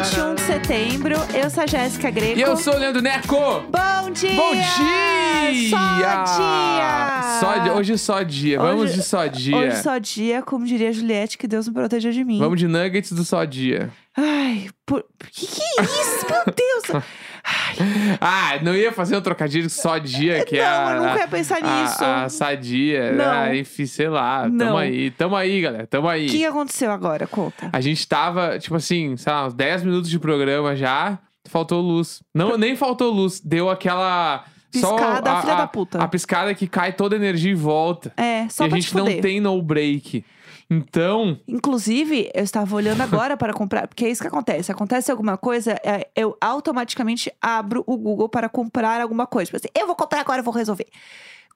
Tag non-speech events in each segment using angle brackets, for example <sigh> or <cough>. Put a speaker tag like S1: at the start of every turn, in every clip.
S1: 21 de setembro. Eu sou a Jéssica Greco.
S2: E eu sou o Leandro Neco.
S1: Bom dia!
S2: Bom dia!
S1: Só dia!
S2: Só dia. Hoje só dia. Vamos
S1: Hoje-
S2: de só dia.
S1: Hoje só dia, como diria a Juliette, que Deus me proteja de mim.
S2: Vamos de nuggets do só dia.
S1: Ai, por... que que é isso? Meu
S2: <laughs>
S1: Deus!
S2: Ah, não ia fazer um trocadilho só dia, que é
S1: Não,
S2: a,
S1: eu nunca ia pensar
S2: a-
S1: nisso.
S2: A, sadia.
S1: Não.
S2: Ah, enfim, sei lá. Tamo
S1: Não.
S2: aí. Tamo aí, galera. Tamo aí.
S1: O que aconteceu agora? Conta.
S2: A gente tava, tipo assim, sei lá, uns 10 minutos de programa já, faltou luz. Não, nem faltou luz, deu aquela.
S1: Piscada,
S2: só a,
S1: filha
S2: a-
S1: da puta.
S2: a piscada que cai toda a energia e volta.
S1: É, só
S2: e a
S1: pra
S2: gente
S1: te
S2: não
S1: fuder.
S2: tem no break. Então,
S1: Inclusive, eu estava olhando agora para comprar, porque é isso que acontece. Acontece alguma coisa, é, eu automaticamente abro o Google para comprar alguma coisa. Tipo assim, eu vou comprar agora, eu vou resolver.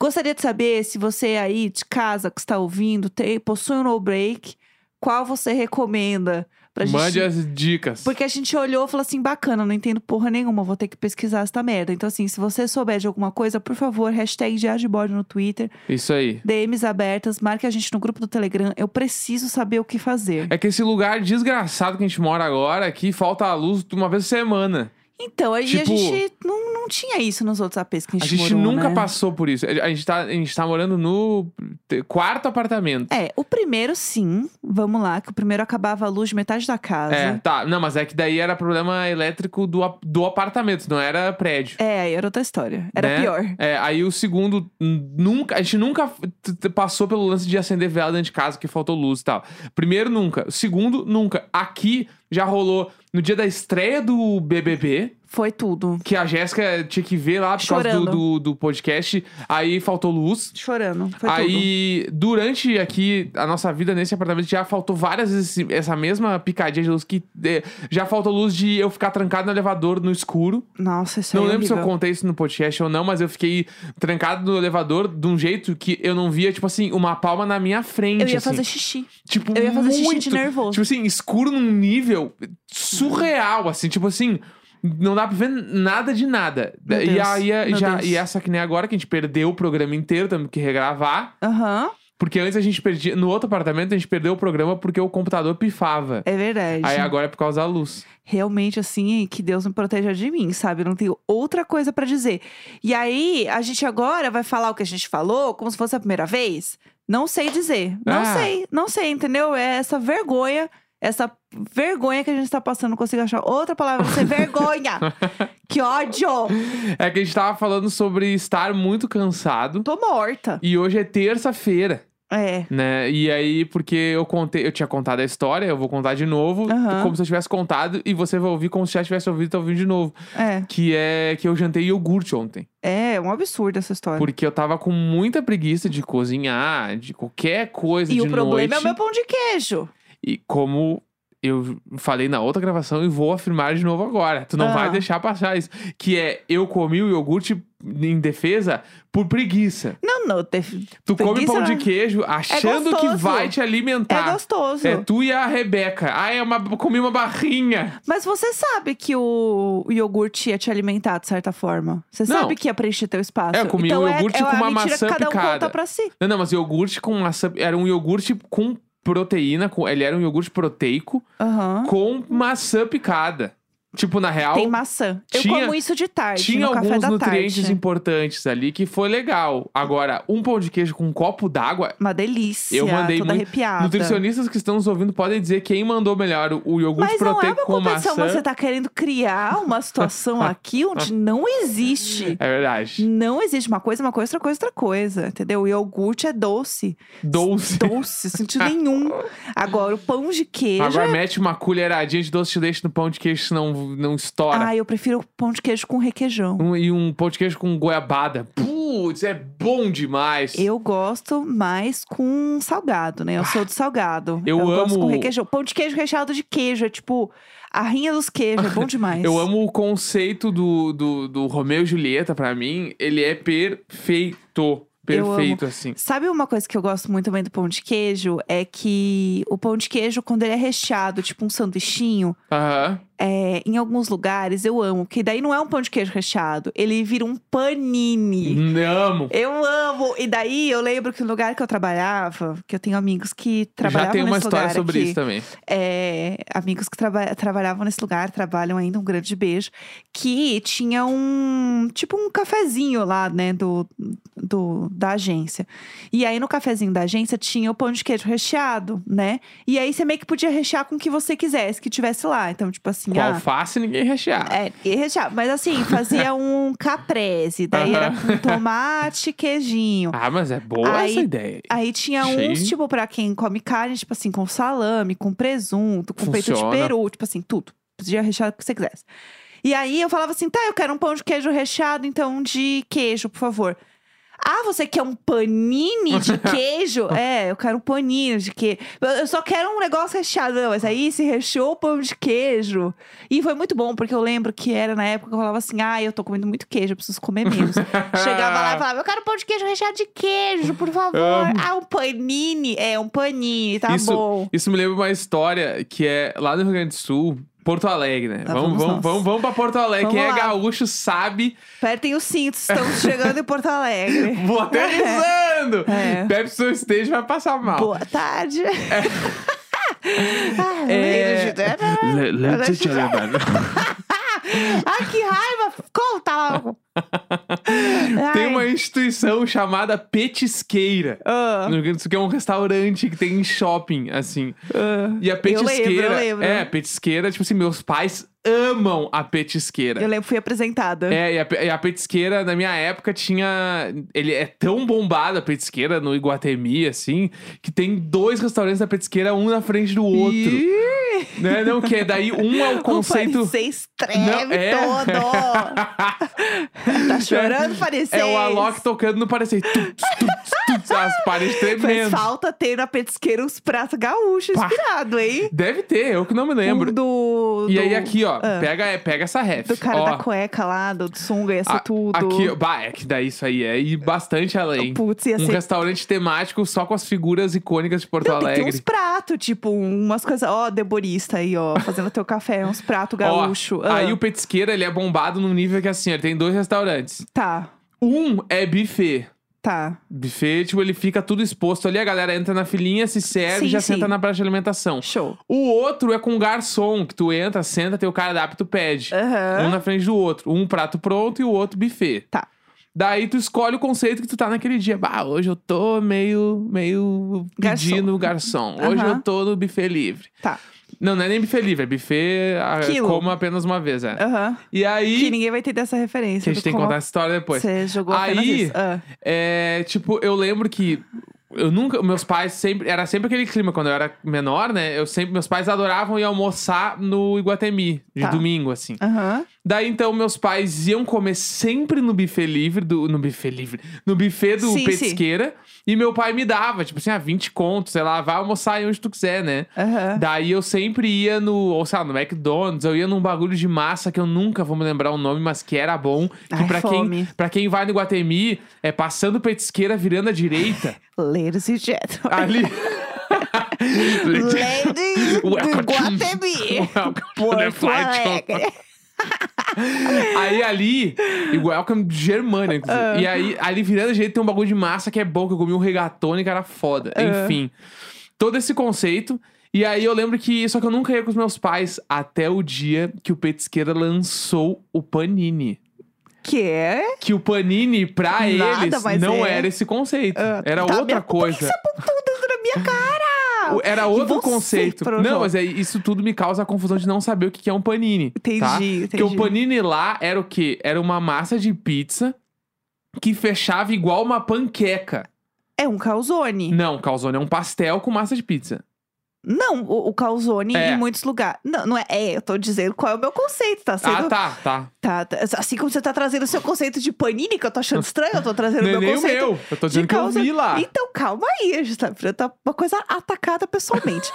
S1: Gostaria de saber se você aí de casa que está ouvindo tem, possui um no break, qual você recomenda pra gente.
S2: mande as dicas.
S1: Porque a gente olhou e falou assim, bacana, não entendo porra nenhuma, vou ter que pesquisar essa merda. Então, assim, se você souber de alguma coisa, por favor, hashtag Diário de Bordo no Twitter,
S2: Isso aí.
S1: DMs abertas, marque a gente no grupo do Telegram. Eu preciso saber o que fazer.
S2: É que esse lugar desgraçado que a gente mora agora aqui falta a luz uma vez por semana.
S1: Então, aí a
S2: Tipo-
S1: gente não, não tinha isso nos outros APs que a
S2: A
S1: gente
S2: gente
S1: morou,
S2: nunca
S1: né?
S2: passou por isso. A gente, tá, a gente tá morando no te- quarto apartamento.
S1: É, o primeiro sim, vamos lá, que o primeiro acabava a luz de metade da casa.
S2: É, tá. Não, mas é que daí era problema elétrico do, ap- do apartamento, não era prédio.
S1: É, aí era outra história. Era
S2: né?
S1: pior.
S2: É, aí o segundo, n- nunca, a gente nunca f- t- t- passou pelo lance de acender vela dentro de casa que faltou luz e tal. Primeiro, nunca. Segundo, nunca. Aqui já rolou no dia da estreia do BBB,
S1: Foi tudo.
S2: que a Jéssica tinha que ver lá por causa do,
S1: Chorando.
S2: do, do podcast. Aí faltou luz.
S1: Chorando. Foi tudo.
S2: Aí, durante aqui a nossa vida nesse apartamento, já faltou várias vezes esse- essa mesma picadinha de luz que eh, já faltou luz de eu ficar trancado no elevador no escuro.
S1: Nossa, isso
S2: Não
S1: aí é
S2: lembro se eu
S1: horrível.
S2: contei isso no podcast ou não, mas eu fiquei trancado no elevador de um jeito que eu não via, tipo assim, uma palma na minha frente.
S1: Eu ia
S2: assim.
S1: fazer xixi.
S2: Tipo,
S1: Eu ia fazer xixi de
S2: muito-
S1: nervoso.
S2: Tipo assim, escuro num nível surreal, assim, tipo assim. Não dá pra ver nada de nada.
S1: Meu
S2: e
S1: Deus,
S2: aí,
S1: meu
S2: já,
S1: Deus.
S2: e essa que nem agora, que a gente perdeu o programa inteiro, temos que regravar.
S1: Aham,
S2: Porque antes a gente perdia. No outro apartamento, a gente perdeu o programa porque o computador pifava.
S1: é verdade.
S2: Aí agora é por causa da luz.
S1: Realmente, assim, que Deus me proteja de mim, sabe? Eu não tenho outra coisa pra dizer. E aí, a gente agora vai falar o que a gente falou como se fosse a primeira vez? Não sei dizer. Não
S2: Ah.
S1: sei, não sei, entendeu? É essa vergonha, essa vergonha que a gente tá passando. Não consigo achar outra palavra
S2: <laughs>
S1: pra ser vergonha. que ódio!
S2: É que a gente tava falando sobre estar muito cansado.
S1: Tô morta.
S2: E hoje é terça-feira,
S1: É.
S2: né? E aí, porque eu contei, eu tinha contado a história, eu vou contar de novo,
S1: Aham.
S2: como se eu tivesse contado, e você vai ouvir como se já tivesse ouvido e tá ouvindo de novo.
S1: É,
S2: Que é que eu jantei iogurte ontem.
S1: é um absurdo essa história.
S2: Porque eu tava com muita preguiça de cozinhar, de qualquer coisa
S1: E
S2: de
S1: o problema
S2: noite.
S1: é o meu pão de queijo.
S2: E como eu falei na outra gravação e vou afirmar de novo agora, tu não
S1: Ah.
S2: vai deixar passar isso, que é eu comi o iogurte em defesa por preguiça.
S1: Não, não, def-
S2: Tu come
S1: Preguiça
S2: pão de
S1: não- É
S2: queijo tá. achando que
S1: gostoso.
S2: vai te
S1: é
S2: alimentar.
S1: gostoso.
S2: tu e a Rebeca. Ah, é uma, comi uma barrinha.
S1: Mas você sabe que o, o iogurte ia te alimentar de certa forma. Você
S2: Não.
S1: sabe que ia preencher teu espaço.
S2: É, eu comi
S1: então
S2: um
S1: é-
S2: iogurte
S1: é
S2: com uma
S1: a mentira
S2: maçã
S1: que cada um
S2: picada.
S1: conta pra si.
S2: Não, não, mas iogurte com maçã. Era um iogurte com proteína. Com, ele era um iogurte proteico
S1: Aham.
S2: com maçã picada. Tipo, na real,
S1: Tem maçã. Eu
S2: tinha-
S1: como isso de tarde,
S2: tinha
S1: no café
S2: alguns
S1: da
S2: nutrientes
S1: tarde.
S2: importantes ali que foi legal. Agora, um pão de queijo com um copo d'água.
S1: Uma delícia.
S2: Eu mandei
S1: toda
S2: muito-
S1: arrepiada.
S2: Nutricionistas que estão nos ouvindo podem dizer quem mandou melhor o- o iogurte
S1: Mas não é
S2: proteico
S1: uma
S2: com
S1: competição.
S2: maçã.
S1: Você tá querendo criar uma
S2: <laughs>
S1: situação aqui onde não existe.
S2: É verdade.
S1: Não existe uma coisa, uma coisa, outra coisa, outra coisa. Entendeu? O iogurte é doce.
S2: Doce.
S1: Doce, sentido
S2: <laughs>
S1: nenhum. Agora, o pão de queijo é
S2: Agora mete uma colheradinha de doce de leite no pão de queijo, senão não estoura.
S1: Ah, eu prefiro pão de queijo com requeijão.
S2: Um- e um pão de queijo com goiabada. Putz, é bom demais.
S1: Eu gosto mais com salgado, né? Eu sou do salgado. Então,
S2: Eu
S1: gosto
S2: amo-
S1: com requeijão. Pão de queijo recheado de queijo. É tipo a rinha dos queijos. É
S2: <laughs>
S1: bom demais.
S2: Eu amo o conceito do, do, do Romeu e Julieta, pra mim. Ele é perfeito.
S1: Eu
S2: Perfeito, assim.
S1: Sabe uma coisa que eu gosto muito também do pão de queijo? É que o pão de queijo, quando ele é recheado, tipo um sanduichinho,
S2: Aham.
S1: é, é, em alguns lugares eu amo, porque daí não é um pão de queijo recheado, ele vira um
S2: Uhum.
S1: panini.
S2: Amo.
S1: Eu amo! E daí eu lembro que no lugar que eu trabalhava, que eu tenho amigos que trabalhavam
S2: Já tem uma
S1: nesse
S2: história
S1: lugar
S2: sobre
S1: aqui,
S2: isso também.
S1: é, amigos que traba- trabalhavam nesse lugar, trabalham ainda, um grande beijo, que tinha um, tipo um cafezinho lá, né, do, do, da agência. E aí no cafezinho da agência tinha o pão de queijo recheado, né? E aí você meio que podia rechear com o que você quisesse, que tivesse lá. Então, tipo assim,
S2: Com
S1: ah,
S2: alface ninguém rechear.
S1: é, e recheado. Mas assim, fazia um caprese, daí era com
S2: Aham.
S1: tomate e queijinho.
S2: Ah, mas é boa
S1: Aí-
S2: essa ideia.
S1: Aí tinha
S2: Cheio.
S1: uns, tipo, pra quem come carne, tipo assim, com salame, com presunto, com peito de
S2: Funciona.
S1: peru, tipo assim, tudo. Podia rechear o que você quisesse. E aí eu falava assim, tá, eu quero um pão de queijo recheado, então de queijo, por favor. Ah, você quer um panini de queijo? é, eu quero um panini de queijo. Eu- Eu só quero um negócio recheado. Não, mas aí se recheou o pão de queijo. E foi muito bom, porque eu lembro que era na época que eu falava assim: ah, eu tô comendo muito queijo, eu preciso comer menos. Chegava lá e falava: eu quero pão de queijo recheado de queijo, por favor.
S2: Amo.
S1: Ah, um panini. É, um panini, tá
S2: Isso-
S1: bom.
S2: Isso me lembra uma história que é lá no Rio Grande do Sul, Porto Alegre, né?
S1: Lá
S2: vamos,
S1: vamos
S2: vamos,
S1: nós.
S2: vamos, vamos pra Porto Alegre.
S1: Vamos
S2: Quem é
S1: lá.
S2: gaúcho sabe.
S1: Apertem os cintos, estamos
S2: <laughs>
S1: chegando em Porto Alegre.
S2: Botanizando!
S1: <laughs> É.
S2: Pepsi Soul Stage vai passar mal.
S1: Boa tarde. <laughs> ah,
S2: É,
S1: ladies and gentlemen.
S2: Le- ladies and gentlemen.
S1: Ai, Ah, que raiva! Conta logo!
S2: <laughs> Tem
S1: Ai.
S2: uma instituição chamada Petisqueira.
S1: Ah,
S2: No Rio Grande do Sul, que é um restaurante que tem em shopping, assim.
S1: ah.
S2: E a
S1: Eu
S2: petisqueira.
S1: lembro, eu lembro.
S2: É, petisqueira, tipo assim, meus pais amam a petisqueira.
S1: Eu lembro, fui apresentada.
S2: É, e a, pe- e a petisqueira, na minha época, tinha. Ele é tão bombado, a petisqueira, no Iguatemi, assim, que tem dois restaurantes da petisqueira, um na frente do outro. Né? Não, que é daí um
S1: <laughs>
S2: é o conceito.
S1: Você
S2: Não,
S1: estreme
S2: é. <laughs>
S1: todo! tá chorando, parecer.
S2: É o Alok tocando no parecer. Tu, tu, tu, tu, tu, As paredes
S1: <laughs> Faz
S2: tremendo.
S1: falta ter na petisqueira uns pratos gaúchos
S2: Pá.
S1: inspirado, hein?
S2: Deve ter, eu que não me lembro.
S1: Um do,
S2: E
S1: do-
S2: aí aqui, ó,
S1: Ah.
S2: pega, é, pega essa ref.
S1: Do cara
S2: ó,
S1: da cueca lá, do sunga, isso
S2: a-
S1: tudo.
S2: Aqui, ó, bah, é que daí isso aí é e bastante além.
S1: Putz, ia
S2: Um
S1: ser
S2: restaurante temático só com as figuras icônicas de Porto
S1: Não, tem que ter
S2: Alegre.
S1: uns pratos, tipo, umas coisas. Ó, deborista aí,
S2: <laughs>
S1: ó, fazendo teu café, uns pratos gaúcho.
S2: Ó,
S1: Ah,
S2: Aí o petisqueira, ele é bombado num nível que assim, ó, ele tem dois restaurantes.
S1: Tá,
S2: Um é buffet.
S1: tá.
S2: Buffet, tipo, ele fica tudo exposto ali, a galera entra na filinha, se serve
S1: Sim,
S2: e já
S1: sim.
S2: senta na praça de alimentação.
S1: Show.
S2: O outro é com garçom, que tu entra, senta, tem o cardápio, tu pede.
S1: Aham.
S2: Um na frente do outro. Um prato pronto e o outro buffet.
S1: Tá.
S2: Daí tu escolhe o conceito que tu tá naquele dia. Bah, hoje eu tô meio, meio
S1: Garçom.
S2: pedindo garçom. Hoje
S1: Aham.
S2: eu tô no buffet livre.
S1: Tá.
S2: Não, não é nem buffet livre, é buffet ah,
S1: Quilo.
S2: como apenas uma vez, é.
S1: Aham.
S2: E
S1: Que
S2: aí,
S1: ninguém vai ter dessa referência.
S2: que a gente
S1: do
S2: tem
S1: Tipo,
S2: que
S1: como
S2: contar essa história depois.
S1: Você jogou apenas
S2: Aí-
S1: isso. Ah,
S2: É, tipo, eu lembro que eu nunca, meus pais sempre, era sempre aquele clima quando eu era menor, né? Eu sempre, meus pais adoravam ir almoçar no Iguatemi de
S1: Tá.
S2: domingo assim.
S1: Aham.
S2: Daí então meus pais iam comer sempre no buffet livre do no buffet livre, no buffet do
S1: Sim, sim.
S2: Petisqueira, e meu pai me dava, tipo assim, ah, 20 contos, sei lá, vai almoçar aí onde tu quiser, né?
S1: Aham.
S2: Daí eu sempre ia no, ou sei lá, no McDonald's, eu ia num bagulho de massa que eu nunca vou me lembrar o nome, mas que era bom. Que
S1: Ai,
S2: pra quem,
S1: fome.
S2: pra quem vai no Guatemi, é passando petisqueira, virando à direita.
S1: Ladies and gentlemen. <laughs>
S2: ali. <laughs>
S1: Ladies do
S2: Welcome to- é
S1: Guatemi.
S2: <laughs> Welcome to the
S1: Porto
S2: né? flight of-
S1: Alegre.
S2: Aí ali, e welcome de Germânia, inclusive.
S1: Ah.
S2: E aí, ali virando a direita tem um bagulho de massa que é bom, que eu comi um regatone que era foda.
S1: Ah.
S2: Enfim, todo esse conceito. E aí eu lembro que, só que eu nunca ia com os meus pais, até o dia que o Petisqueira lançou o Panini.
S1: Que é.
S2: Que o Panini, pra
S1: Nada
S2: eles,
S1: mais
S2: não
S1: é.
S2: era esse conceito. era
S1: tá
S2: outra
S1: minha-
S2: coisa.
S1: Por que você apontou o dedo na minha cara?
S2: O- Era outro
S1: você,
S2: conceito.
S1: Projota?
S2: Não, mas é, isso tudo me causa a confusão de não saber o que que é um panini.
S1: Entendi,
S2: tá?
S1: entendi.
S2: Porque o panini lá era o quê? Era uma massa de pizza que fechava igual uma panqueca.
S1: É um calzone.
S2: Não, calzone é um pastel com massa de pizza.
S1: Não, o, o calzone
S2: É.
S1: em muitos lugares. Não, não é. É, eu tô dizendo qual é o meu conceito, tá sendo.
S2: Ah, tá, tá.
S1: tá, tá. Assim como você tá trazendo o seu conceito de panini, que eu tô achando estranho, eu tô trazendo o
S2: Não é
S1: meu
S2: nem o
S1: conceito.
S2: meu. Eu tô
S1: de
S2: dizendo que eu
S1: calzone.
S2: vi lá.
S1: Então, calma aí, a gente tá tá uma coisa atacada
S2: <laughs>
S1: pessoalmente.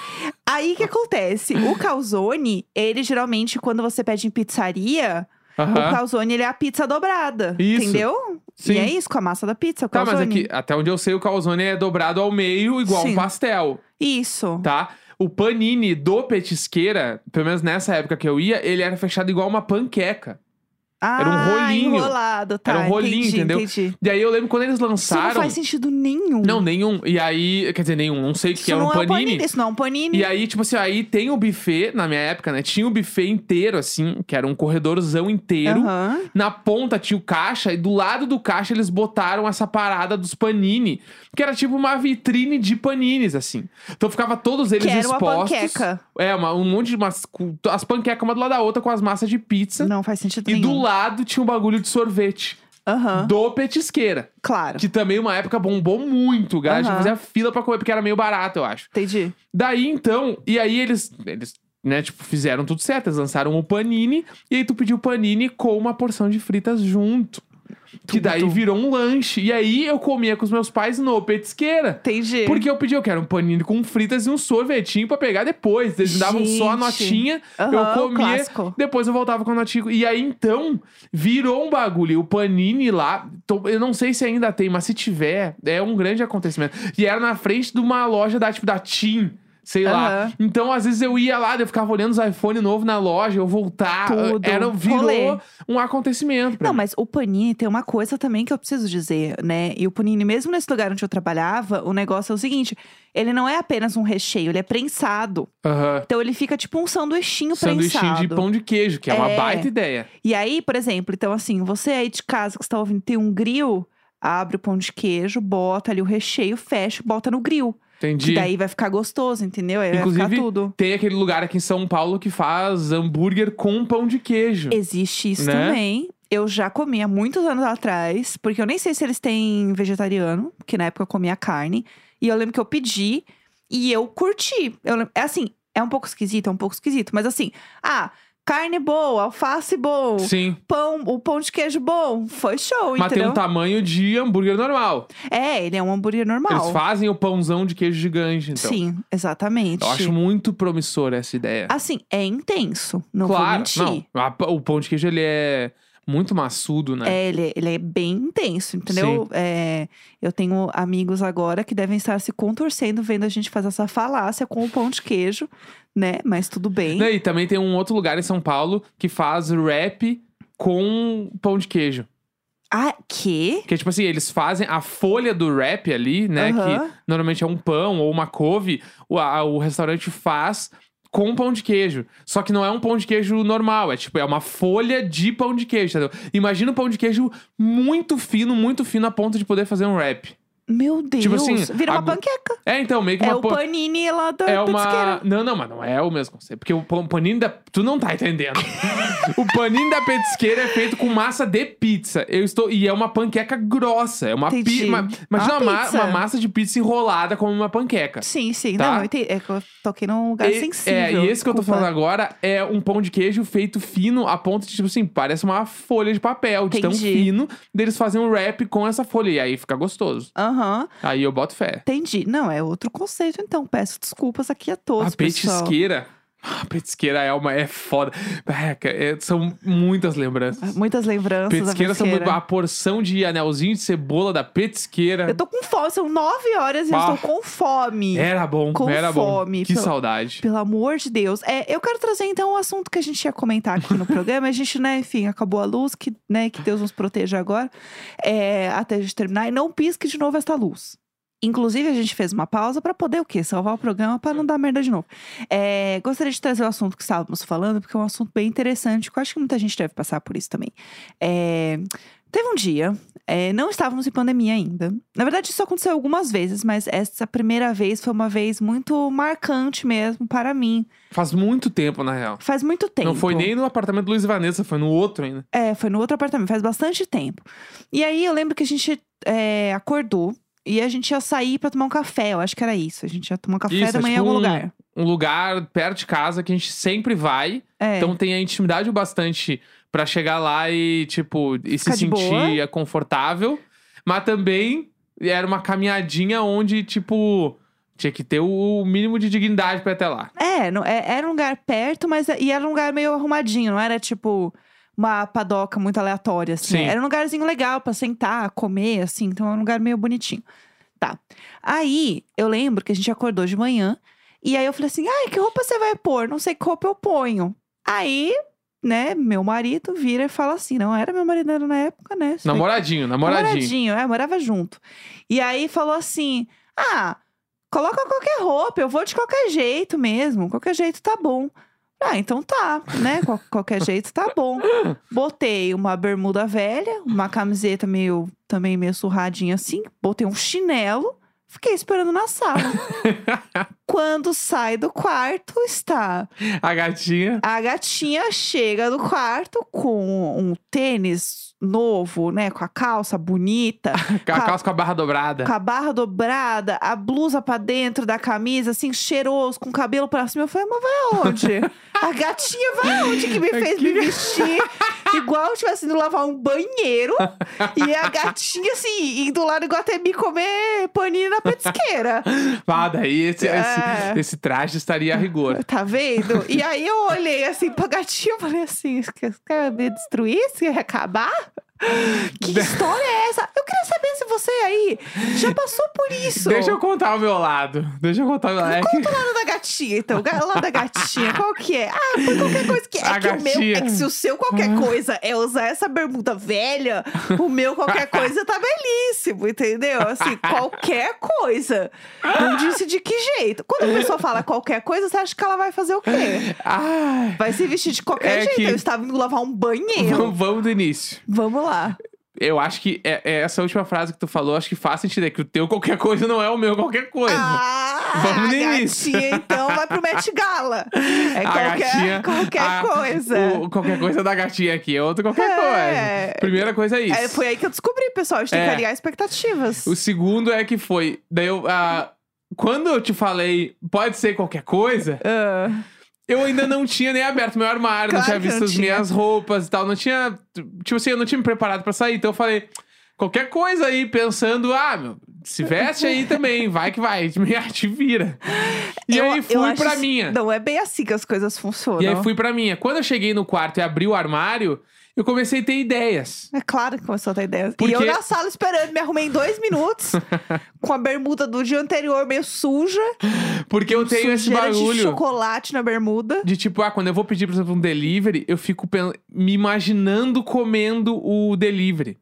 S1: aí o que acontece? O calzone, ele geralmente, quando você pede em pizzaria, o
S2: Aham.
S1: calzone ele é a pizza dobrada.
S2: Isso.
S1: Entendeu?
S2: Sim.
S1: E é isso, com a massa da pizza, o
S2: Tá,
S1: calzone.
S2: mas aqui, até onde eu sei, o calzone é dobrado ao meio, igual um
S1: Sim.
S2: pastel,
S1: Isso.
S2: tá? O panini do petisqueira, pelo menos nessa época que eu ia, ele era fechado igual uma panqueca.
S1: Ah,
S2: Era um rolinho.
S1: enrolado, tá.
S2: Era um rolinho,
S1: entendi,
S2: entendeu?
S1: Entendi.
S2: E aí eu lembro quando eles
S1: Isso não
S2: lançaram.
S1: faz sentido nenhum.
S2: Não, nenhum. E aí, quer dizer, nenhum. Não sei o
S1: Isso
S2: que era
S1: não
S2: um
S1: é um
S2: panini.
S1: panini. Isso não é um panini.
S2: E aí, tipo assim, aí tem o buffet, na minha época, né? Tinha o buffet inteiro, assim, que era um corredorzão inteiro.
S1: Aham.
S2: Na ponta tinha o caixa, e do lado do caixa eles botaram essa parada dos panini, que era tipo uma vitrine de panines, assim. Então ficava todos eles
S1: Que era uma
S2: expostos.
S1: panqueca.
S2: É, uma- um monte de umas. cu- As panquecas uma do lado da outra com as massas de pizza.
S1: Não faz sentido
S2: E do
S1: nenhum.
S2: lado tinha um bagulho de sorvete.
S1: Aham.
S2: Do petisqueira.
S1: Claro.
S2: Que também uma época bombou muito. Galera, a gente
S1: Aham.
S2: fazia fila pra comer, porque era meio barato, eu acho.
S1: Entendi.
S2: Daí então, e aí eles, eles, né, tipo, fizeram tudo certo, eles lançaram o panini, e aí tu pediu panini com uma porção de fritas junto. Que
S1: Tudo.
S2: daí virou um lanche. E aí eu comia com os meus pais no petisqueira.
S1: Entendi.
S2: Porque eu pedi, eu quero um panini com fritas e um sorvetinho pra pegar depois. Eles me davam só a
S1: Gente.
S2: notinha, eu
S1: Aham, o
S2: comia,
S1: clássico.
S2: depois eu voltava com a notinha. E aí então, virou um bagulho. E o panini lá, to- eu não sei se ainda tem, mas se tiver, é um grande acontecimento. E era na frente de uma loja da, tipo, da Tim. Sei lá.
S1: Aham.
S2: Então, às vezes eu ia lá, eu ficava olhando os iPhone novo na loja, eu voltar. eh,
S1: Tudo.
S2: Era, virou
S1: Rolê.
S2: um acontecimento. pra
S1: Não,
S2: mim.
S1: mas o Panini tem uma coisa também que eu preciso dizer, né? E o Panini, mesmo nesse lugar onde eu trabalhava, o negócio é o seguinte: ele não é apenas um recheio, ele é prensado.
S2: Aham.
S1: Então ele fica tipo um sanduichinho
S2: Sanduichinho
S1: prensado.
S2: de pão de queijo, que é, uma
S1: É.
S2: baita ideia.
S1: E aí, por exemplo, então assim, você aí de casa que está ouvindo tem um grill, abre o pão de queijo, bota ali o recheio, fecha, e bota no grill.
S2: Entendi.
S1: Que daí vai ficar gostoso, entendeu? Aí vai
S2: Inclusive,
S1: ficar tudo.
S2: Tem aquele lugar aqui em São Paulo que faz hambúrguer com pão de queijo.
S1: Existe isso
S2: Né?
S1: também. Eu já comi há muitos anos atrás, porque eu nem sei se eles têm vegetariano, porque na época eu comia carne. E eu lembro que eu pedi e eu curti. Eu lem- é assim, é um pouco esquisito, é um pouco esquisito, mas assim, ah, carne boa, alface bom,
S2: Sim.
S1: pão, o pão de queijo bom, foi show,
S2: Mas tem
S1: entendeu?
S2: um tamanho de hambúrguer normal.
S1: É, ele é um hambúrguer normal.
S2: Eles fazem o pãozão de queijo gigante, então.
S1: Sim, exatamente.
S2: Eu acho muito promissora essa ideia.
S1: Assim, é intenso, não vou
S2: claro,
S1: mentir.
S2: não. né? A p- o pão de queijo, ele é muito maçudo, né?
S1: É, ele, ele é bem intenso, entendeu? É, eu tenho amigos agora que devem estar se contorcendo vendo a gente fazer essa falácia com o pão de queijo, né? Mas tudo bem.
S2: Né, E também tem um outro lugar em São Paulo que faz wrap com pão de queijo.
S1: Ah, que?
S2: Que, tipo assim, eles fazem a folha do wrap ali, né?
S1: Aham.
S2: Que normalmente é um pão ou uma couve. O, a- o restaurante faz com pão de queijo. Só que não é um pão de queijo normal. É tipo, é uma folha de pão de queijo, entendeu? Imagina um pão de queijo muito fino, muito fino, a ponto de poder fazer um wrap.
S1: Meu Deus.
S2: Tipo assim,
S1: Vira uma
S2: agu-
S1: panqueca.
S2: É, então, meio que
S1: É
S2: uma...
S1: o
S2: pan-
S1: panini lá da
S2: É
S1: petisqueira.
S2: uma. Não, não, mas não é o mesmo conceito. Porque o pan- panini da. Tu não
S1: <laughs>
S2: tá entendendo. o panini da petisqueira é feito com massa de pizza. Eu estou. E é uma panqueca grossa. É uma
S1: Entendi.
S2: pizza. Imagina
S1: Uma
S2: uma, ma-
S1: pizza.
S2: uma massa de pizza enrolada como uma panqueca.
S1: Sim, sim.
S2: Tá.
S1: Não, eu entendi. É que eu toquei num lugar
S2: E-
S1: sensível.
S2: é, e esse que eu tô
S1: desculpa.
S2: falando agora é um pão de queijo feito fino a ponto de, tipo assim, parece uma folha de papel, de tão
S1: Entendi.
S2: fino, deles fazem um wrap com essa folha. E aí fica gostoso.
S1: Aham,
S2: Aí eu boto fé.
S1: entendi. Não, é outro conceito, então. Peço desculpas aqui a todos,
S2: a
S1: pessoal.
S2: petisqueira. A petisqueira é uma. É foda. É, ca- é- são muitas lembranças.
S1: Muitas lembranças
S2: Petisqueira
S1: da
S2: são muito-
S1: petisqueira.
S2: a porção de anelzinho de cebola da petisqueira.
S1: Eu tô com fome, são nove horas e
S2: Ah.
S1: eu estou com fome.
S2: Era bom,
S1: com
S2: É, era bom.
S1: fome, um
S2: Que
S1: pelo-
S2: saudade.
S1: Pelo amor de Deus. É, eu quero trazer então um assunto que a gente ia comentar aqui no programa. A gente, né, enfim, acabou a luz, que, né, que Deus nos proteja agora. É, até a gente terminar. E não pisque de novo esta luz. Inclusive, a gente fez uma pausa para poder o quê? Salvar o programa para não dar merda de novo. É, gostaria de trazer o assunto que estávamos falando, porque é um assunto bem interessante, que eu acho que muita gente deve passar por isso também. É, teve um dia, é, não estávamos em pandemia ainda. Na verdade, isso aconteceu algumas vezes, mas essa primeira vez foi uma vez muito marcante mesmo para mim.
S2: Faz muito tempo, na real.
S1: Faz muito tempo.
S2: Não foi nem no apartamento do Luiz e Vanessa, foi no outro ainda.
S1: É, foi no outro apartamento, faz bastante tempo. E aí eu lembro que a gente é, acordou e a gente ia sair pra tomar um café, eu acho que era isso. A gente ia tomar um café
S2: Isso,
S1: da
S2: é
S1: manhã em
S2: tipo
S1: algum
S2: um-
S1: lugar.
S2: Um lugar perto de casa que a gente sempre vai.
S1: É.
S2: Então tem a intimidade o bastante pra chegar lá e, tipo, e se
S1: Ficar de
S2: sentir
S1: boa.
S2: confortável. Mas também era uma caminhadinha onde, tipo, tinha que ter o mínimo de dignidade pra ir até lá.
S1: É, não- é- era um lugar perto, mas e era um lugar meio arrumadinho, não era tipo uma padoca muito aleatória, assim.
S2: Sim.
S1: Era um lugarzinho legal pra sentar, comer, assim, então era um lugar meio bonitinho. Tá. Aí eu lembro que a gente acordou de manhã E aí eu falei assim: ai, que roupa você vai pôr? Não sei que roupa eu ponho. Aí, né, meu marido vira e fala assim: não era meu marido era na época, né? Sei
S2: Namoradinho, namoradinho.
S1: Namoradinho, é, morava junto. E aí falou assim: ah, coloca qualquer roupa, eu vou de qualquer jeito mesmo, qualquer jeito tá bom. Ah, então tá, né? Qual- qualquer jeito tá bom. Botei uma bermuda velha, uma camiseta meio também meio surradinha assim, botei um chinelo, fiquei esperando na sala. Quando sai do quarto, está
S2: A gatinha.
S1: a gatinha chega do quarto com um tênis novo, né? Com a calça bonita,
S2: Com a
S1: Ca-
S2: calça com a barra dobrada.
S1: com a barra dobrada, a blusa pra dentro da camisa, assim, cheiroso, com o cabelo pra cima. Eu falei, mas vai aonde? a gatinha vai aonde que me fez me vestir? Igual eu tivesse indo lavar um banheiro e a gatinha, assim, indo lá no Iguatemi comer paninho na petisqueira.
S2: Ah, daí esse,
S1: É.
S2: esse, esse traje estaria a rigor.
S1: Tá vendo? E aí eu olhei assim pra gatinha e falei assim: "Você quer- você quer me destruir? Você quer acabar? Que história é essa? Eu queria saber se você aí já passou por isso.
S2: Deixa eu contar o meu lado. Deixa eu contar o meu lado. É que-
S1: Conta o lado da gatinha, então. O lado da gatinha, qual que é? Ah, foi qualquer coisa que. É
S2: A
S1: que o meu.
S2: gatinha. Hum.
S1: É que se o seu qualquer coisa é usar essa bermuda velha, o meu qualquer coisa tá belíssimo, entendeu? Assim, qualquer coisa. Não disse de que jeito. Quando a pessoa fala qualquer coisa, você acha que ela vai fazer o quê?
S2: Ai,
S1: Vai se vestir de qualquer
S2: É
S1: jeito.
S2: que-
S1: Eu estava indo lavar um banheiro.
S2: vamos, vamos do início.
S1: Vamos lá.
S2: Eu acho que é, é essa última frase que tu falou, acho que faz sentido. É que o teu qualquer coisa não é o meu qualquer coisa.
S1: Ah,
S2: Vamos
S1: a
S2: no
S1: gatinha,
S2: início.
S1: então, vai pro Met
S2: <laughs>
S1: Gala. É
S2: A
S1: qualquer, <laughs>
S2: gatinha-
S1: qualquer
S2: a-
S1: coisa.
S2: o- qualquer coisa da gatinha aqui é outra qualquer
S1: É.
S2: coisa. Primeira coisa é isso.
S1: É, foi aí que eu descobri, pessoal. A gente tem
S2: É.
S1: que aliar expectativas.
S2: O segundo é que foi. Daí eu. ah, quando eu te falei, pode ser qualquer coisa,
S1: Ah,
S2: eu ainda não tinha nem aberto meu armário, não
S1: Claro
S2: tinha
S1: que
S2: visto
S1: não
S2: as
S1: tinha.
S2: minhas roupas e tal. Não tinha. Tipo assim, eu não tinha me preparado pra sair. Então eu falei, qualquer coisa aí, pensando, ah, meu, se veste aí também, vai que vai, <laughs> me te vira. E
S1: eu-
S2: aí
S1: eu
S2: fui
S1: acho
S2: pra
S1: isso-
S2: minha.
S1: Não, é bem assim que as coisas funcionam.
S2: E aí fui pra minha. Quando eu cheguei no quarto e abri o armário, eu comecei a ter ideias.
S1: É claro que começou a ter ideias.
S2: Porque-
S1: E eu na sala esperando, me arrumei em dois
S2: <laughs>
S1: minutos, com a bermuda do dia anterior meio suja,
S2: Porque eu tenho esse
S1: Tipo, sujeira de
S2: bagulho.
S1: chocolate na bermuda.
S2: De tipo, ah, quando eu vou pedir, por exemplo, um delivery, eu fico pen- me imaginando comendo o delivery.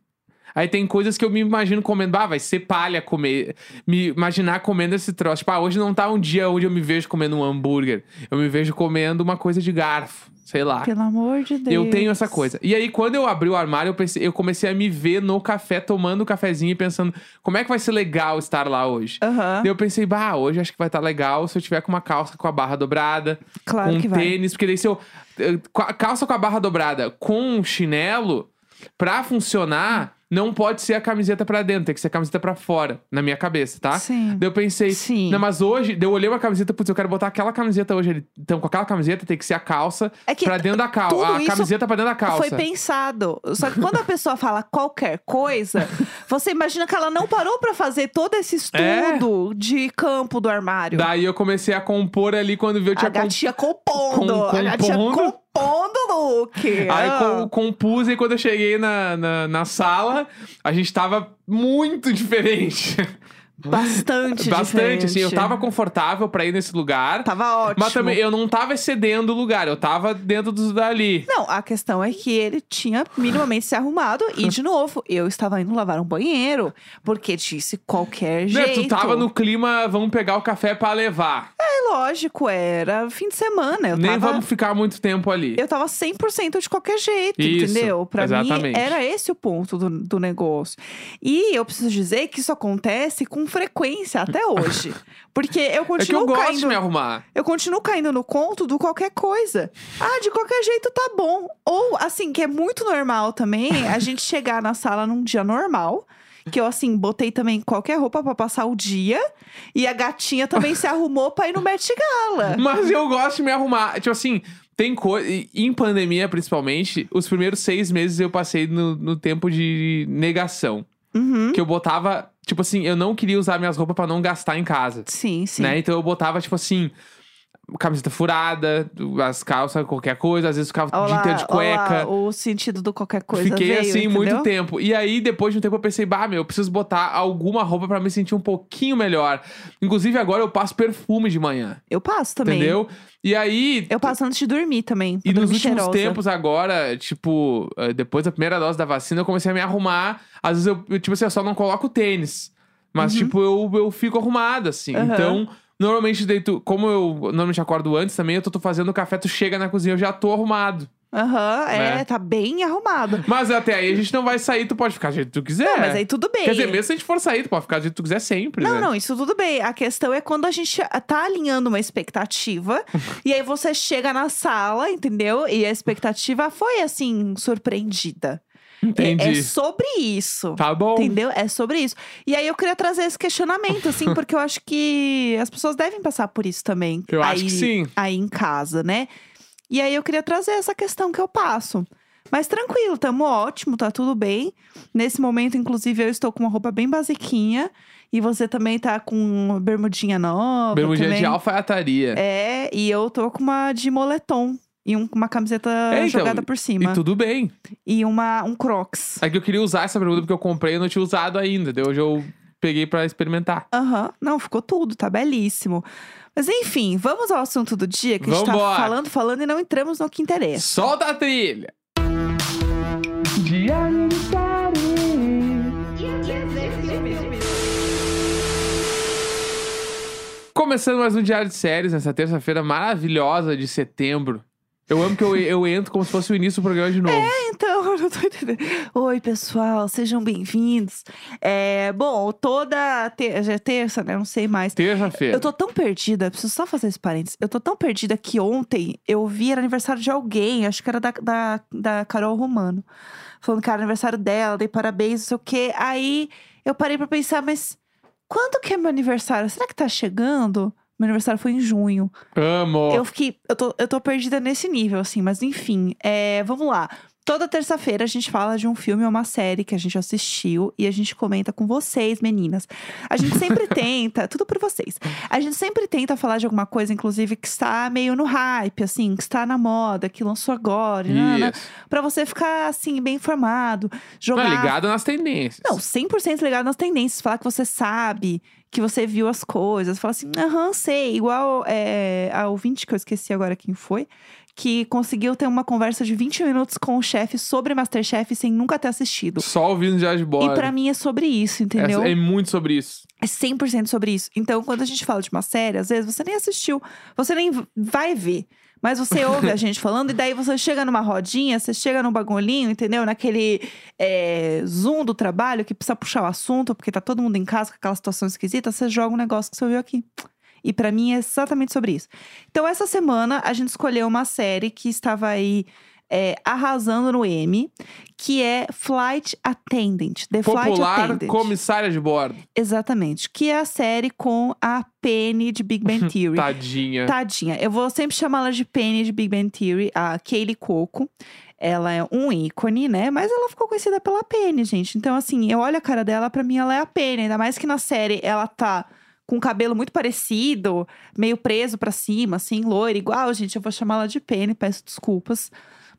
S2: Aí tem coisas que eu me imagino comendo. Ah, vai ser palha comer. Me imaginar comendo esse troço. Tipo, ah, hoje não tá um dia onde eu me vejo comendo um hambúrguer. Eu me vejo comendo uma coisa de garfo. Sei lá.
S1: Pelo amor de Deus.
S2: Ah. Eu tenho essa coisa. E aí, quando eu abri o armário, eu, pensei- eu comecei a me ver no café, tomando o cafezinho e pensando, como é que vai ser legal estar lá hoje?
S1: Aham,
S2: Daí eu pensei, bah, hoje acho que vai estar legal se eu tiver com uma calça com a barra dobrada,
S1: claro
S2: com
S1: que
S2: um
S1: vai.
S2: tênis, porque daí se eu. eh, com a Calça com a barra dobrada com um chinelo, pra funcionar, não pode ser a camiseta pra dentro, tem que ser a camiseta pra fora, na minha cabeça, tá?
S1: Sim.
S2: Daí eu pensei,
S1: Sim.
S2: não, mas hoje, daí eu olhei uma camiseta, putz, eu quero botar aquela camiseta hoje. ali. Então, com aquela camiseta tem que ser a calça
S1: É que
S2: pra dentro da calça.
S1: tudo
S2: A
S1: isso
S2: camiseta pra dentro da calça.
S1: Foi pensado. Só que quando a pessoa fala qualquer
S2: <laughs>
S1: coisa, você imagina que ela não parou pra fazer todo esse
S2: É.
S1: estudo de campo do armário.
S2: Daí eu comecei a compor ali quando viu eu
S1: a
S2: tinha comp-
S1: gatinha compondo.
S2: com-
S1: a gatinha
S2: compondo.
S1: compondo o look.
S2: Aí
S1: Ah.
S2: com, compus e quando eu cheguei na, na, na sala, a gente tava muito <laughs> diferente.
S1: Bastante
S2: Ah. Bastante, assim. Eu
S1: diferente.
S2: tava confortável pra ir nesse lugar.
S1: Tava Tá ótimo.
S2: Mas também eu não tava excedendo o lugar, eu tava dentro dos dali.
S1: Não, a questão é que ele tinha minimamente se arrumado. E, de novo, eu estava indo lavar um banheiro. Porque disse qualquer
S2: Né,
S1: jeito.
S2: Tu tava no clima, vamos pegar o café pra levar.
S1: É lógico, era fim de semana. Eu
S2: Nem
S1: tava...
S2: vamos ficar muito tempo ali.
S1: eu tava 100% de qualquer jeito,
S2: Isso,
S1: entendeu? Pra mim,
S2: exatamente.
S1: era esse o ponto do, do negócio. E eu preciso dizer que isso acontece com frequência
S2: <laughs>
S1: até hoje. porque eu
S2: é que eu
S1: continuo
S2: gosto de
S1: caindo.
S2: me arrumar.
S1: Eu continuo caindo no conto do qualquer coisa. Ah, de qualquer jeito tá bom. Ou, assim, que é muito normal também,
S2: <laughs>
S1: a gente chegar na sala num dia normal. Que eu, assim, botei também qualquer roupa pra passar o dia. E a gatinha também
S2: <laughs>
S1: se arrumou pra ir no Met Gala.
S2: Mas eu gosto de me arrumar. Tipo assim, tem coisa. Em pandemia, principalmente, os primeiros seis meses eu passei no, no tempo de negação.
S1: Uhum.
S2: Que eu botava. Tipo assim, eu não queria usar minhas roupas pra não gastar em casa.
S1: Sim, sim.
S2: Né? Então eu botava, tipo assim. camiseta furada, as calças, qualquer coisa. Às vezes ficava o dia inteiro de cueca.
S1: olá, o sentido do qualquer coisa
S2: Fiquei
S1: veio,
S2: assim
S1: entendeu?
S2: muito tempo. E aí, depois de um tempo, eu pensei, bah, meu, eu preciso botar alguma roupa pra me sentir um pouquinho melhor. Inclusive, agora eu passo perfume de manhã.
S1: Eu passo também.
S2: Entendeu? E aí.
S1: Eu passo antes de dormir também. pra
S2: E nos
S1: dormir
S2: últimos
S1: cheirosa.
S2: tempos agora, tipo, eh, depois da primeira dose da vacina, eu comecei a me arrumar. Às vezes eu, eu, tipo assim, eu só não coloco tênis. Mas, tipo, eu, eu fico arrumada, assim.
S1: Uhum. Aham.
S2: Então, normalmente, deito, como eu normalmente acordo antes também, eu tô, tô fazendo café, tu chega na cozinha, eu já tô arrumado.
S1: Aham, é,
S2: Né?
S1: tá bem arrumado.
S2: Mas até aí a gente não vai sair, tu pode ficar do jeito que tu quiser. né?
S1: Não, mas aí tudo bem.
S2: É. Quer dizer, mesmo se a gente for sair, tu pode ficar do jeito que tu quiser sempre.
S1: Não,
S2: né?
S1: não, isso tudo bem. A questão é quando a gente tá alinhando uma
S2: <laughs>
S1: expectativa e aí você chega na sala, entendeu? E a expectativa foi assim, surpreendida. É-
S2: Entendi.
S1: É, sobre isso.
S2: Tá bom.
S1: Entendeu? É sobre isso. E aí eu queria trazer esse questionamento,
S2: <laughs>
S1: assim, porque eu acho que as pessoas devem passar por isso também.
S2: Eu
S1: aí,
S2: acho que sim.
S1: Aí em casa, né? E aí eu queria trazer essa questão que eu passo. Mas tranquilo, tamo ótimo, tá tudo bem. Nesse momento, inclusive, eu estou com uma roupa bem basiquinha. E você também tá com uma bermudinha nova.
S2: Bermudinha
S1: também.
S2: de alfaiataria.
S1: É, e eu tô com uma de moletom. E um- uma camiseta
S2: É, então,
S1: jogada por
S2: E
S1: cima. E,
S2: tudo bem.
S1: uma, um crocs.
S2: É que eu queria usar essa bermuda porque eu comprei e não tinha usado ainda. Daí hoje eu peguei pra experimentar.
S1: Aham. Não, ficou tudo, tá belíssimo. Mas enfim, vamos ao assunto do dia, que a gente
S2: Vambora.
S1: tá falando, falando e não entramos no que interessa.
S2: Solta a trilha! Começando mais um Diário de Séries nessa terça-feira maravilhosa de setembro. Eu amo que eu, eu entro como se fosse o início do programa de novo.
S1: Então, <laughs> eu não tô entendendo. Oi, pessoal, sejam bem-vindos. É, bom, toda ter- já é terça, né? Não sei mais.
S2: Terça-feira.
S1: Eu tô tão perdida, preciso só fazer esse parênteses. Eu tô tão perdida que ontem eu vi, era aniversário de alguém, acho que era da, da, da Carol Romano. Falando que era aniversário dela, dei parabéns, não sei o quê. Aí eu parei pra pensar, mas quando que é meu aniversário? Será que tá chegando? Meu aniversário foi em junho.
S2: Amo!
S1: Eu fiquei. Eu tô, eu tô perdida nesse nível, assim, mas enfim. É, vamos lá. Toda terça-feira a gente fala de um filme ou uma série que a gente assistiu e a gente comenta com vocês, meninas. A gente
S2: <laughs>
S1: sempre tenta, tudo por vocês. A gente sempre tenta falar de alguma coisa, inclusive, que está meio no hype, assim, que está na moda, que lançou agora, né?
S2: Isso.
S1: Pra você ficar, assim, bem informado,
S2: Não, é
S1: jogar.
S2: ligado nas tendências.
S1: Não, 100% ligado nas tendências. Falar que você sabe, que você viu as coisas. Falar assim, aham, sei. Igual é, a ouvinte, que eu esqueci agora quem foi, que conseguiu ter uma conversa de 20 minutos com o chefe sobre Masterchef sem nunca ter assistido.
S2: Só ouvindo já de
S1: E
S2: bola.
S1: pra mim é sobre isso, entendeu?
S2: É, é muito sobre isso.
S1: É 100% sobre isso. Então, quando a gente fala de uma série, às vezes você nem assistiu, você nem v- vai ver. Mas você ouve a gente falando, e daí você chega numa rodinha, você chega num bagulhinho, entendeu? Naquele é, zoom do trabalho que precisa puxar o assunto, porque tá todo mundo em casa com aquela situação esquisita, você joga um negócio que você ouviu aqui. E pra mim é exatamente sobre isso. Então, essa semana a gente escolheu uma série que estava aí é, arrasando no M, que é Flight Attendant. The Flight
S2: Popular
S1: Attendant.
S2: comissária de bordo.
S1: Exatamente. Que é a série com a Penny de Big
S2: Uhum,
S1: Bang Theory.
S2: tá.
S1: Tá,
S2: Tadinha.
S1: Tadinha. Eu vou sempre chamá-la de Penny de Big Bang Theory, a Kaylee Coco. Ela é um ícone, né? Mas ela ficou conhecida pela Penny, gente. Então, assim, eu olho a cara dela, pra mim ela é a Penny. Ainda mais que na série ela tá com o cabelo muito parecido, meio preso pra cima, assim, loira, igual, gente. Eu vou chamá-la de Penny, peço desculpas.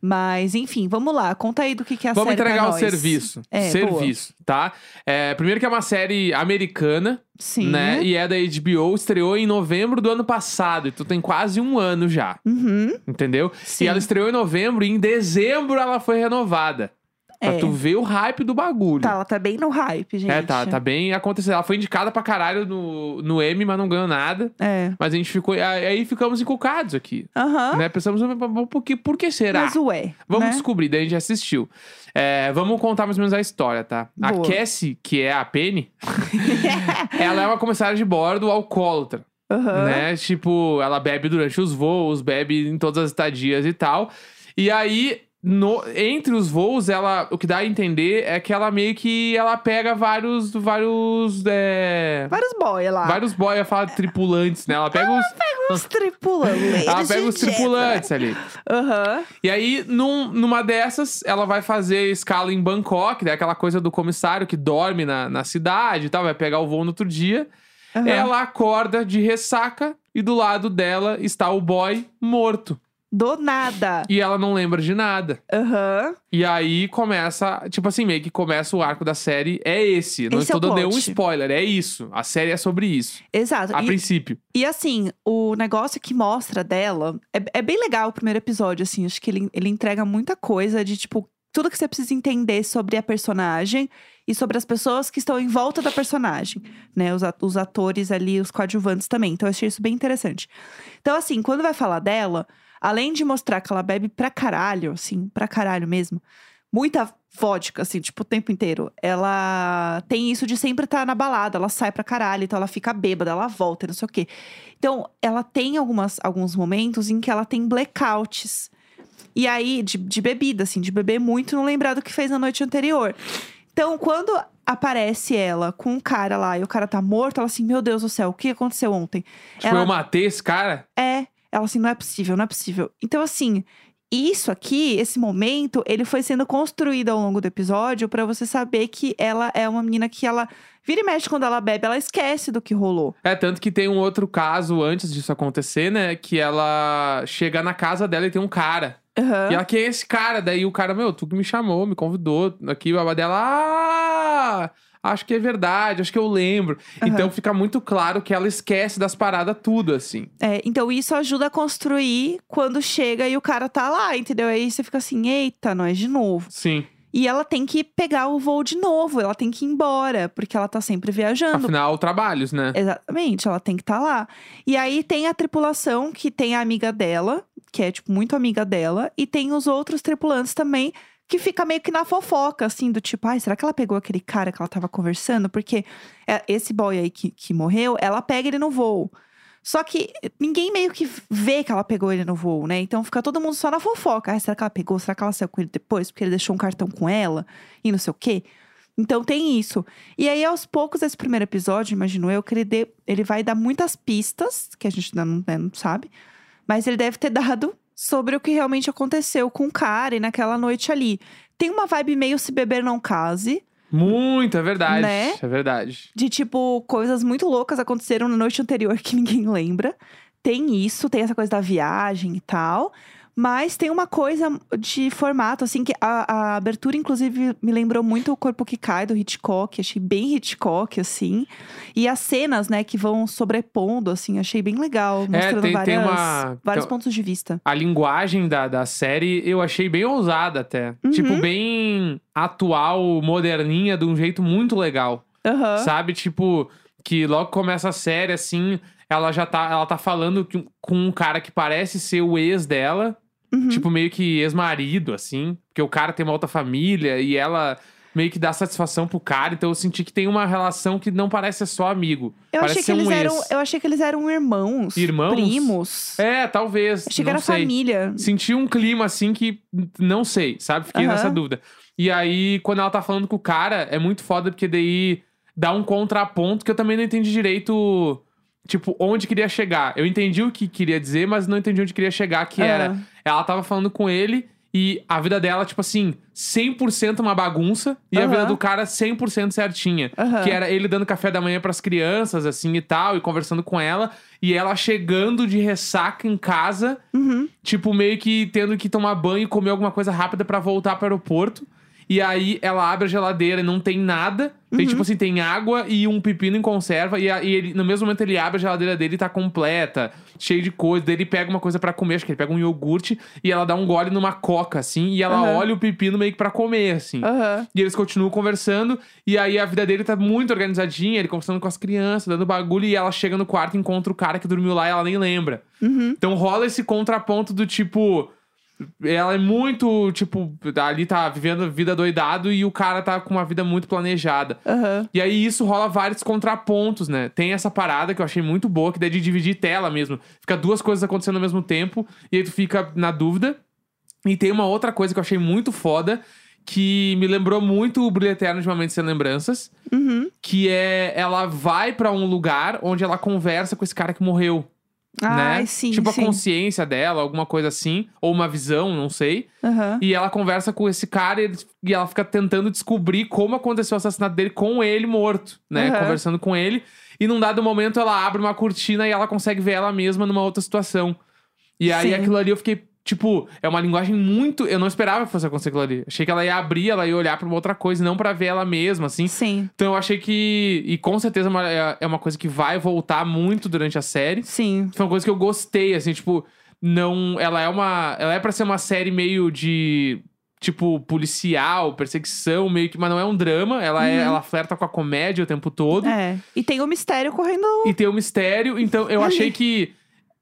S1: Mas, enfim, vamos lá. Conta aí do que, que é a
S2: Vamos
S1: série. pra
S2: entregar o
S1: nós.
S2: serviço.
S1: É,
S2: serviço, tá? É, primeiro que é uma série americana,
S1: Sim.
S2: né? E é da HBO, estreou em novembro do ano passado. Então tem quase um ano já,
S1: Uhum,
S2: entendeu?
S1: sim.
S2: E ela estreou em novembro e em dezembro ela foi renovada. Pra
S1: É.
S2: tu ver o hype do bagulho.
S1: Tá, ela tá bem no hype, gente.
S2: é, tá, tá bem acontecendo. Ela foi indicada pra caralho no, no M, mas não ganhou nada.
S1: É.
S2: Mas a gente ficou. Aí aí ficamos encucados aqui.
S1: Aham.
S2: Né? Pensamos, "Mas por que, por que será?
S1: Mas ué.
S2: Vamos
S1: né?
S2: descobrir, daí a gente assistiu. É, vamos contar mais ou menos a história, tá? A
S1: Boa.
S2: Cassie, que é
S1: <laughs>
S2: a Penny,
S1: né?
S2: <laughs> ela é uma comissária de bordo alcoólatra,
S1: Aham.
S2: né? Tipo, ela bebe durante os voos, bebe em todas as estadias e tal. E aí, no- entre os voos, ela, o que dá a entender é que ela meio que ela pega vários, vários, é,
S1: Vários boy lá.
S2: vários boia, fala tripulantes, né? Ela pega os,
S1: Vários tripulantes. Ah,
S2: ela Ah, pega os
S1: de né? dieta.
S2: tripulantes ali.
S1: Aham.
S2: E aí, num- numa dessas, ela vai fazer escala em Bangkok, né? Aquela coisa do comissário que dorme na, na cidade e tal, vai pegar o voo no outro dia.
S1: Aham.
S2: Ela acorda de ressaca e do lado dela está o boy morto.
S1: Do nada.
S2: E ela não lembra de nada.
S1: Aham.
S2: E aí começa, tipo assim, meio que começa o arco da série. É esse. Não
S1: Esse é o
S2: estou dando nenhum
S1: plot.
S2: spoiler. É isso. A série é sobre isso.
S1: Exato.
S2: A
S1: E-
S2: princípio.
S1: E assim, o negócio que mostra dela é, é bem legal o primeiro episódio, assim. Acho que ele, ele entrega muita coisa de tipo. Tudo que você precisa entender sobre a personagem e sobre as pessoas que estão em volta da personagem, né? Os, at- os atores ali, os coadjuvantes também. Então, eu achei isso bem interessante. Então, assim, quando vai falar dela, além de mostrar que ela bebe pra caralho, assim, pra caralho mesmo, muita vodka, assim, tipo, o tempo inteiro. Ela tem isso de sempre estar na balada, ela sai pra caralho, então ela fica bêbada, ela volta, não sei o quê. Então, ela tem algumas, alguns momentos em que ela tem blackouts. E aí, de, de bebida, assim, de beber muito e não lembrar do que fez na noite anterior. Então, quando aparece ela com um cara lá e o cara tá morto, ela assim, meu Deus do céu, o que aconteceu ontem?
S2: Tipo,
S1: Ela-
S2: eu matei esse cara.
S1: é. Ela assim, não é possível, não é possível. Então, assim, isso aqui, esse momento, ele foi sendo construído ao longo do episódio pra você saber que ela é uma menina que ela vira e mexe quando ela bebe, ela esquece do que rolou.
S2: É, tanto que tem um outro caso antes disso acontecer, né? Que ela chega na casa dela e tem um cara.
S1: Aham.
S2: E ela, quem é esse cara? Daí o cara, meu, tu que me chamou, me convidou. Aqui, babá dela, ah, acho que é verdade, acho que eu lembro.
S1: Aham.
S2: Então fica muito claro que ela esquece das paradas tudo, assim.
S1: É, então, isso ajuda a construir quando chega e o cara tá lá, entendeu? Aí você fica assim, eita, nós de novo.
S2: Sim.
S1: E ela tem que pegar o voo de novo, ela tem que ir embora, porque ela tá sempre viajando.
S2: Afinal, trabalhos, né?
S1: Exatamente, ela tem que estar lá. E aí tem a tripulação que tem a amiga dela, que é, tipo, muito amiga dela, e tem os outros tripulantes também, que fica meio que na fofoca, assim, do tipo, ai, será que ela pegou aquele cara que ela tava conversando? Porque é, esse boy aí que, que morreu, ela pega ele no voo. Só que ninguém meio que vê que ela pegou ele no voo, né? Então fica todo mundo só na fofoca. Ai, será que ela pegou? Será que ela saiu com ele depois? Porque ele deixou um cartão com ela e não sei o quê. Então tem isso. E aí, aos poucos, esse primeiro episódio, imagino eu, que ele, dê- ele vai dar muitas pistas, que a gente ainda não, né, não sabe, mas ele deve ter <laughs> dado sobre o que realmente aconteceu com o cara e naquela noite ali. Tem uma vibe meio se beber não case,
S2: Muito, é verdade.
S1: Né?
S2: É verdade.
S1: de tipo, coisas muito loucas aconteceram na noite anterior que <laughs> ninguém lembra. Tem isso, tem essa coisa da viagem e tal. Mas tem uma coisa de formato, assim, que a, a abertura, inclusive, me lembrou muito o Corpo que Cai, do Hitchcock. Achei bem Hitchcock, assim. E as cenas, né, que vão sobrepondo, assim, achei bem legal. Mostrando
S2: É, tem- tem
S1: várias,
S2: uma-
S1: vários
S2: tem-
S1: pontos de vista.
S2: A linguagem da, da série eu achei bem ousada até.
S1: Uhum.
S2: Tipo, bem atual, moderninha, de um jeito muito legal.
S1: Aham.
S2: Sabe? Tipo, que logo começa a série, assim, ela já tá. Ela tá falando que- com um cara que parece ser o ex dela.
S1: Uhum.
S2: Tipo, meio que ex-marido, assim. Porque o cara tem uma outra família e ela meio que dá satisfação pro cara. Então eu senti que tem uma relação que não parece ser só amigo.
S1: eu,
S2: parece
S1: achei que
S2: ser
S1: eles
S2: um
S1: eram,
S2: ex.
S1: eu achei que eles eram irmãos.
S2: Irmãos?
S1: Primos.
S2: É, talvez.
S1: achei que
S2: não
S1: era
S2: sei.
S1: família.
S2: Senti um clima assim que n- não sei, sabe? Fiquei
S1: Aham.
S2: nessa dúvida. E aí, quando ela tá falando com o cara, é muito foda, porque daí dá um contraponto que eu também não entendi direito, tipo, onde queria chegar. Eu entendi o que queria dizer, mas não entendi onde queria chegar, que era.
S1: Aham.
S2: Ela tava falando com ele e a vida dela, tipo assim, 100% uma bagunça e a
S1: Aham.
S2: vida do cara 100% certinha.
S1: Aham.
S2: Que era ele dando café da manhã pras crianças, assim e tal, e conversando com ela, e ela chegando de ressaca em casa.
S1: Uhum.
S2: Tipo, meio que tendo que tomar banho e comer alguma coisa rápida pra voltar pro aeroporto. E aí ela abre a geladeira e não tem nada. Tem, tipo assim, tem água e um pepino em conserva. E, a- e ele, no mesmo momento ele abre a geladeira dele e tá completa, cheio de coisa. Daí ele pega uma coisa pra comer, acho que ele pega um iogurte e ela dá um gole numa coca, assim, e ela
S1: Aham. Ah.
S2: olha o pepino meio que pra comer, assim.
S1: Aham.
S2: E eles continuam conversando, e aí a vida dele tá muito organizadinha, ele conversando com as crianças, dando bagulho, e ela chega no quarto e encontra o cara que dormiu lá e ela nem lembra.
S1: Uhum.
S2: Então rola esse contraponto do tipo. Ela é muito, tipo, ali tá vivendo a vida doidado e o cara tá com uma vida muito planejada.
S1: Aham.
S2: E aí isso rola vários contrapontos, né? Tem essa parada que eu achei muito boa, que daí de dividir tela mesmo. Fica duas coisas acontecendo ao mesmo tempo e aí tu fica na dúvida. E tem uma outra coisa que eu achei muito foda, que me lembrou muito o Brilho Eterno de Uma Mente Sem Lembranças,
S1: Uhum.
S2: que é ela vai pra um lugar onde ela conversa com esse cara que morreu
S1: Ai,
S2: né?
S1: sim,
S2: tipo
S1: sim.
S2: a consciência dela, alguma coisa assim, ou uma visão, não sei.
S1: Aham.
S2: E ela conversa com esse cara e, ele- e ela fica tentando descobrir como aconteceu o assassinato dele com ele morto, né?
S1: Aham.
S2: Conversando com ele. E num dado momento ela abre uma cortina e ela consegue ver ela mesma numa outra situação. E aí
S1: Sim.
S2: aquilo ali eu fiquei, tipo, é uma linguagem muito. Eu não esperava que fosse acontecer aquilo ali. Achei que ela ia abrir, ela ia olhar pra uma outra coisa, e não pra ver ela mesma, assim.
S1: Sim,
S2: Então eu achei que. E com certeza é uma- é uma coisa que vai voltar muito durante a série.
S1: sim.
S2: Foi uma coisa que eu gostei, assim, tipo, não. Ela é uma. Ela é pra ser uma série meio de. Tipo, policial, perseguição, meio que. Mas não é um drama. Ela, é, ela flerta com a comédia o tempo todo.
S1: Uhum. É. E tem o mistério correndo.
S2: E tem o mistério. Então, eu
S1: É Ali.
S2: achei que.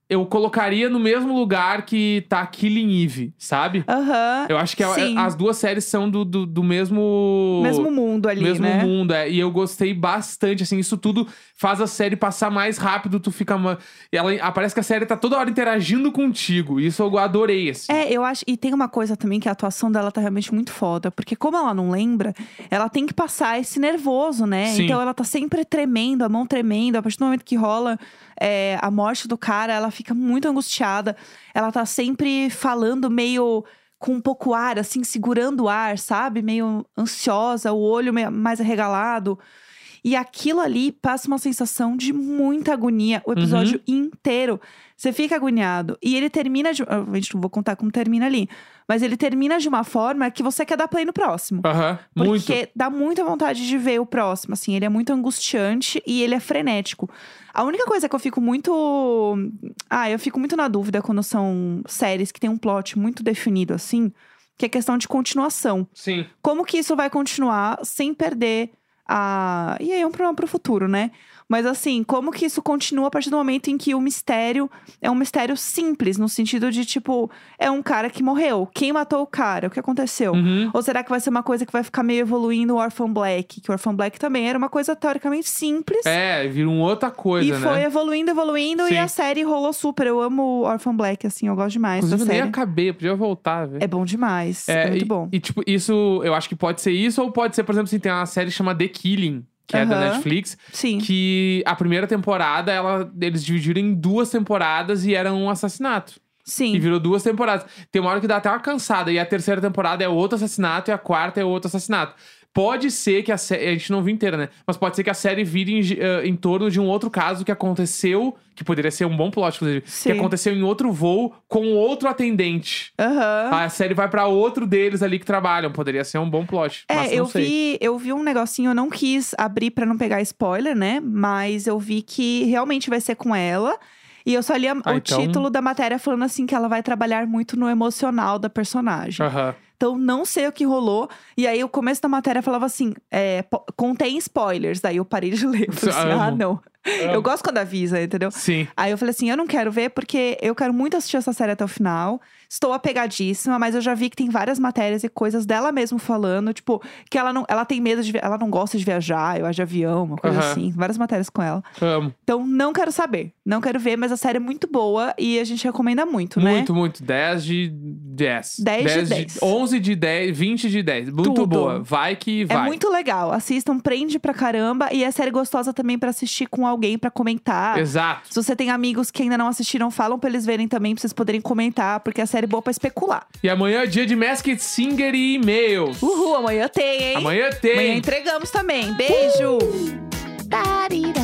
S2: Eu colocaria no mesmo lugar que tá Killing Eve, sabe?
S1: Aham.
S2: Eu acho que a-
S1: sim.
S2: as duas séries são do, do, do mesmo.
S1: Mesmo mundo ali,
S2: mesmo
S1: né?
S2: mundo, é. E eu gostei bastante, assim, isso tudo faz a série passar mais rápido, tu fica. ma- e Ela ah, parece que a série tá toda hora interagindo contigo. Isso eu adorei, assim.
S1: É, eu acho. E tem uma coisa também que a atuação dela tá realmente muito foda. Porque como ela não lembra, ela tem que passar esse nervoso, né?
S2: Sim.
S1: Então ela tá sempre tremendo, a mão tremendo. A partir do momento que rola é, a morte do cara, ela fica muito angustiada. Ela tá sempre falando meio com um pouco ar, assim, segurando o ar, sabe? Meio ansiosa, o olho meio- mais arregalado. E aquilo ali passa uma sensação de muita agonia o episódio
S2: Uhum.
S1: inteiro. Você fica agoniado. E ele termina de. Obviamente, não vou contar como termina ali. Mas ele termina de uma forma que você quer dar play no próximo.
S2: Aham, muito.
S1: Porque dá muita vontade de ver o próximo, assim. Ele é muito angustiante e ele é frenético. A única coisa que eu fico muito. Ah, eu fico muito na dúvida quando são séries que tem um plot muito definido, assim, que é questão de continuação.
S2: Sim.
S1: Como que isso vai continuar sem perder a. E aí é um problema pro futuro, né? Mas assim, como que isso continua a partir do momento em que o mistério é um mistério simples, no sentido de, tipo, é um cara que morreu. Quem matou o cara? O que aconteceu?
S2: Uhum.
S1: Ou será que vai ser uma coisa que vai ficar meio evoluindo o Orphan Black? Que o Orphan Black também era uma coisa teoricamente simples.
S2: É, vira um outra coisa,
S1: e
S2: né?
S1: foi evoluindo, evoluindo,
S2: Sim.
S1: e a série rolou super. Eu amo Orphan Black, assim, eu gosto demais
S2: Inclusive,
S1: da
S2: nem
S1: série.
S2: acabei, eu podia voltar, velho.
S1: É bom demais. É, muito
S2: e,
S1: bom.
S2: E, tipo, isso, eu acho que pode ser isso, ou pode ser, por exemplo, assim, tem uma série chamada The Killing, que é da
S1: Aham.
S2: Netflix,
S1: Sim.
S2: que a primeira temporada, ela, eles dividiram em duas temporadas e era um assassinato. E
S1: Sim.
S2: virou duas temporadas. Tem uma hora que dá até uma cansada. E a terceira temporada é outro assassinato e a quarta é outro assassinato. Pode ser que a série. A gente não viu inteira, né? Mas pode ser que a série vire em, gi- eh, em torno de um outro caso que aconteceu. Que poderia ser um bom plot, inclusive.
S1: Sim.
S2: Que aconteceu em outro voo com outro atendente.
S1: Aham.
S2: A série vai pra outro deles ali que trabalham. Poderia ser um bom plot. mas
S1: É,
S2: não
S1: eu
S2: sei.
S1: vi, eu vi um negocinho, eu não quis abrir pra não pegar spoiler, né? Mas eu vi que realmente vai ser com ela. E eu só li a-
S2: Ah,
S1: o
S2: então-
S1: título da matéria falando assim que ela vai trabalhar muito no emocional da personagem.
S2: Aham.
S1: Então, não sei o que rolou. E aí, o começo da matéria falava assim: é, po- contém spoilers. Daí eu parei de <laughs> ler. Eu falei assim,
S2: Amo.
S1: ah, não. Eu gosto quando avisa, entendeu?
S2: Sim.
S1: Aí eu falei assim: eu não quero ver porque eu quero muito assistir essa série até o final. Estou apegadíssima, mas eu já vi que tem várias matérias e coisas dela mesmo falando, tipo, que ela não, ela tem medo de, vi- ela não gosta de viajar, eu acho de avião, uma coisa
S2: Aham.
S1: assim, várias matérias com ela.
S2: Amo.
S1: Então não quero saber, não quero ver, mas a série é muito boa e a gente recomenda muito, né?
S2: Muito, muito. 10 de 10.
S1: 10 de 10.
S2: 11 de 10, 20 de 10. Muito
S1: Tudo.
S2: boa. Vai que
S1: É
S2: vai.
S1: muito legal. Assistam, prende pra caramba. E é série gostosa também pra assistir com alguém, pra comentar.
S2: Exato.
S1: Se você tem amigos que ainda não assistiram, falam pra eles verem também, pra vocês poderem comentar, porque a série é boa pra especular.
S2: E amanhã é dia de Masked Singer e e-mails.
S1: Uhul, amanhã tem, hein?
S2: Amanhã tem.
S1: Amanhã entregamos também. Beijo!
S3: Da-dee-da.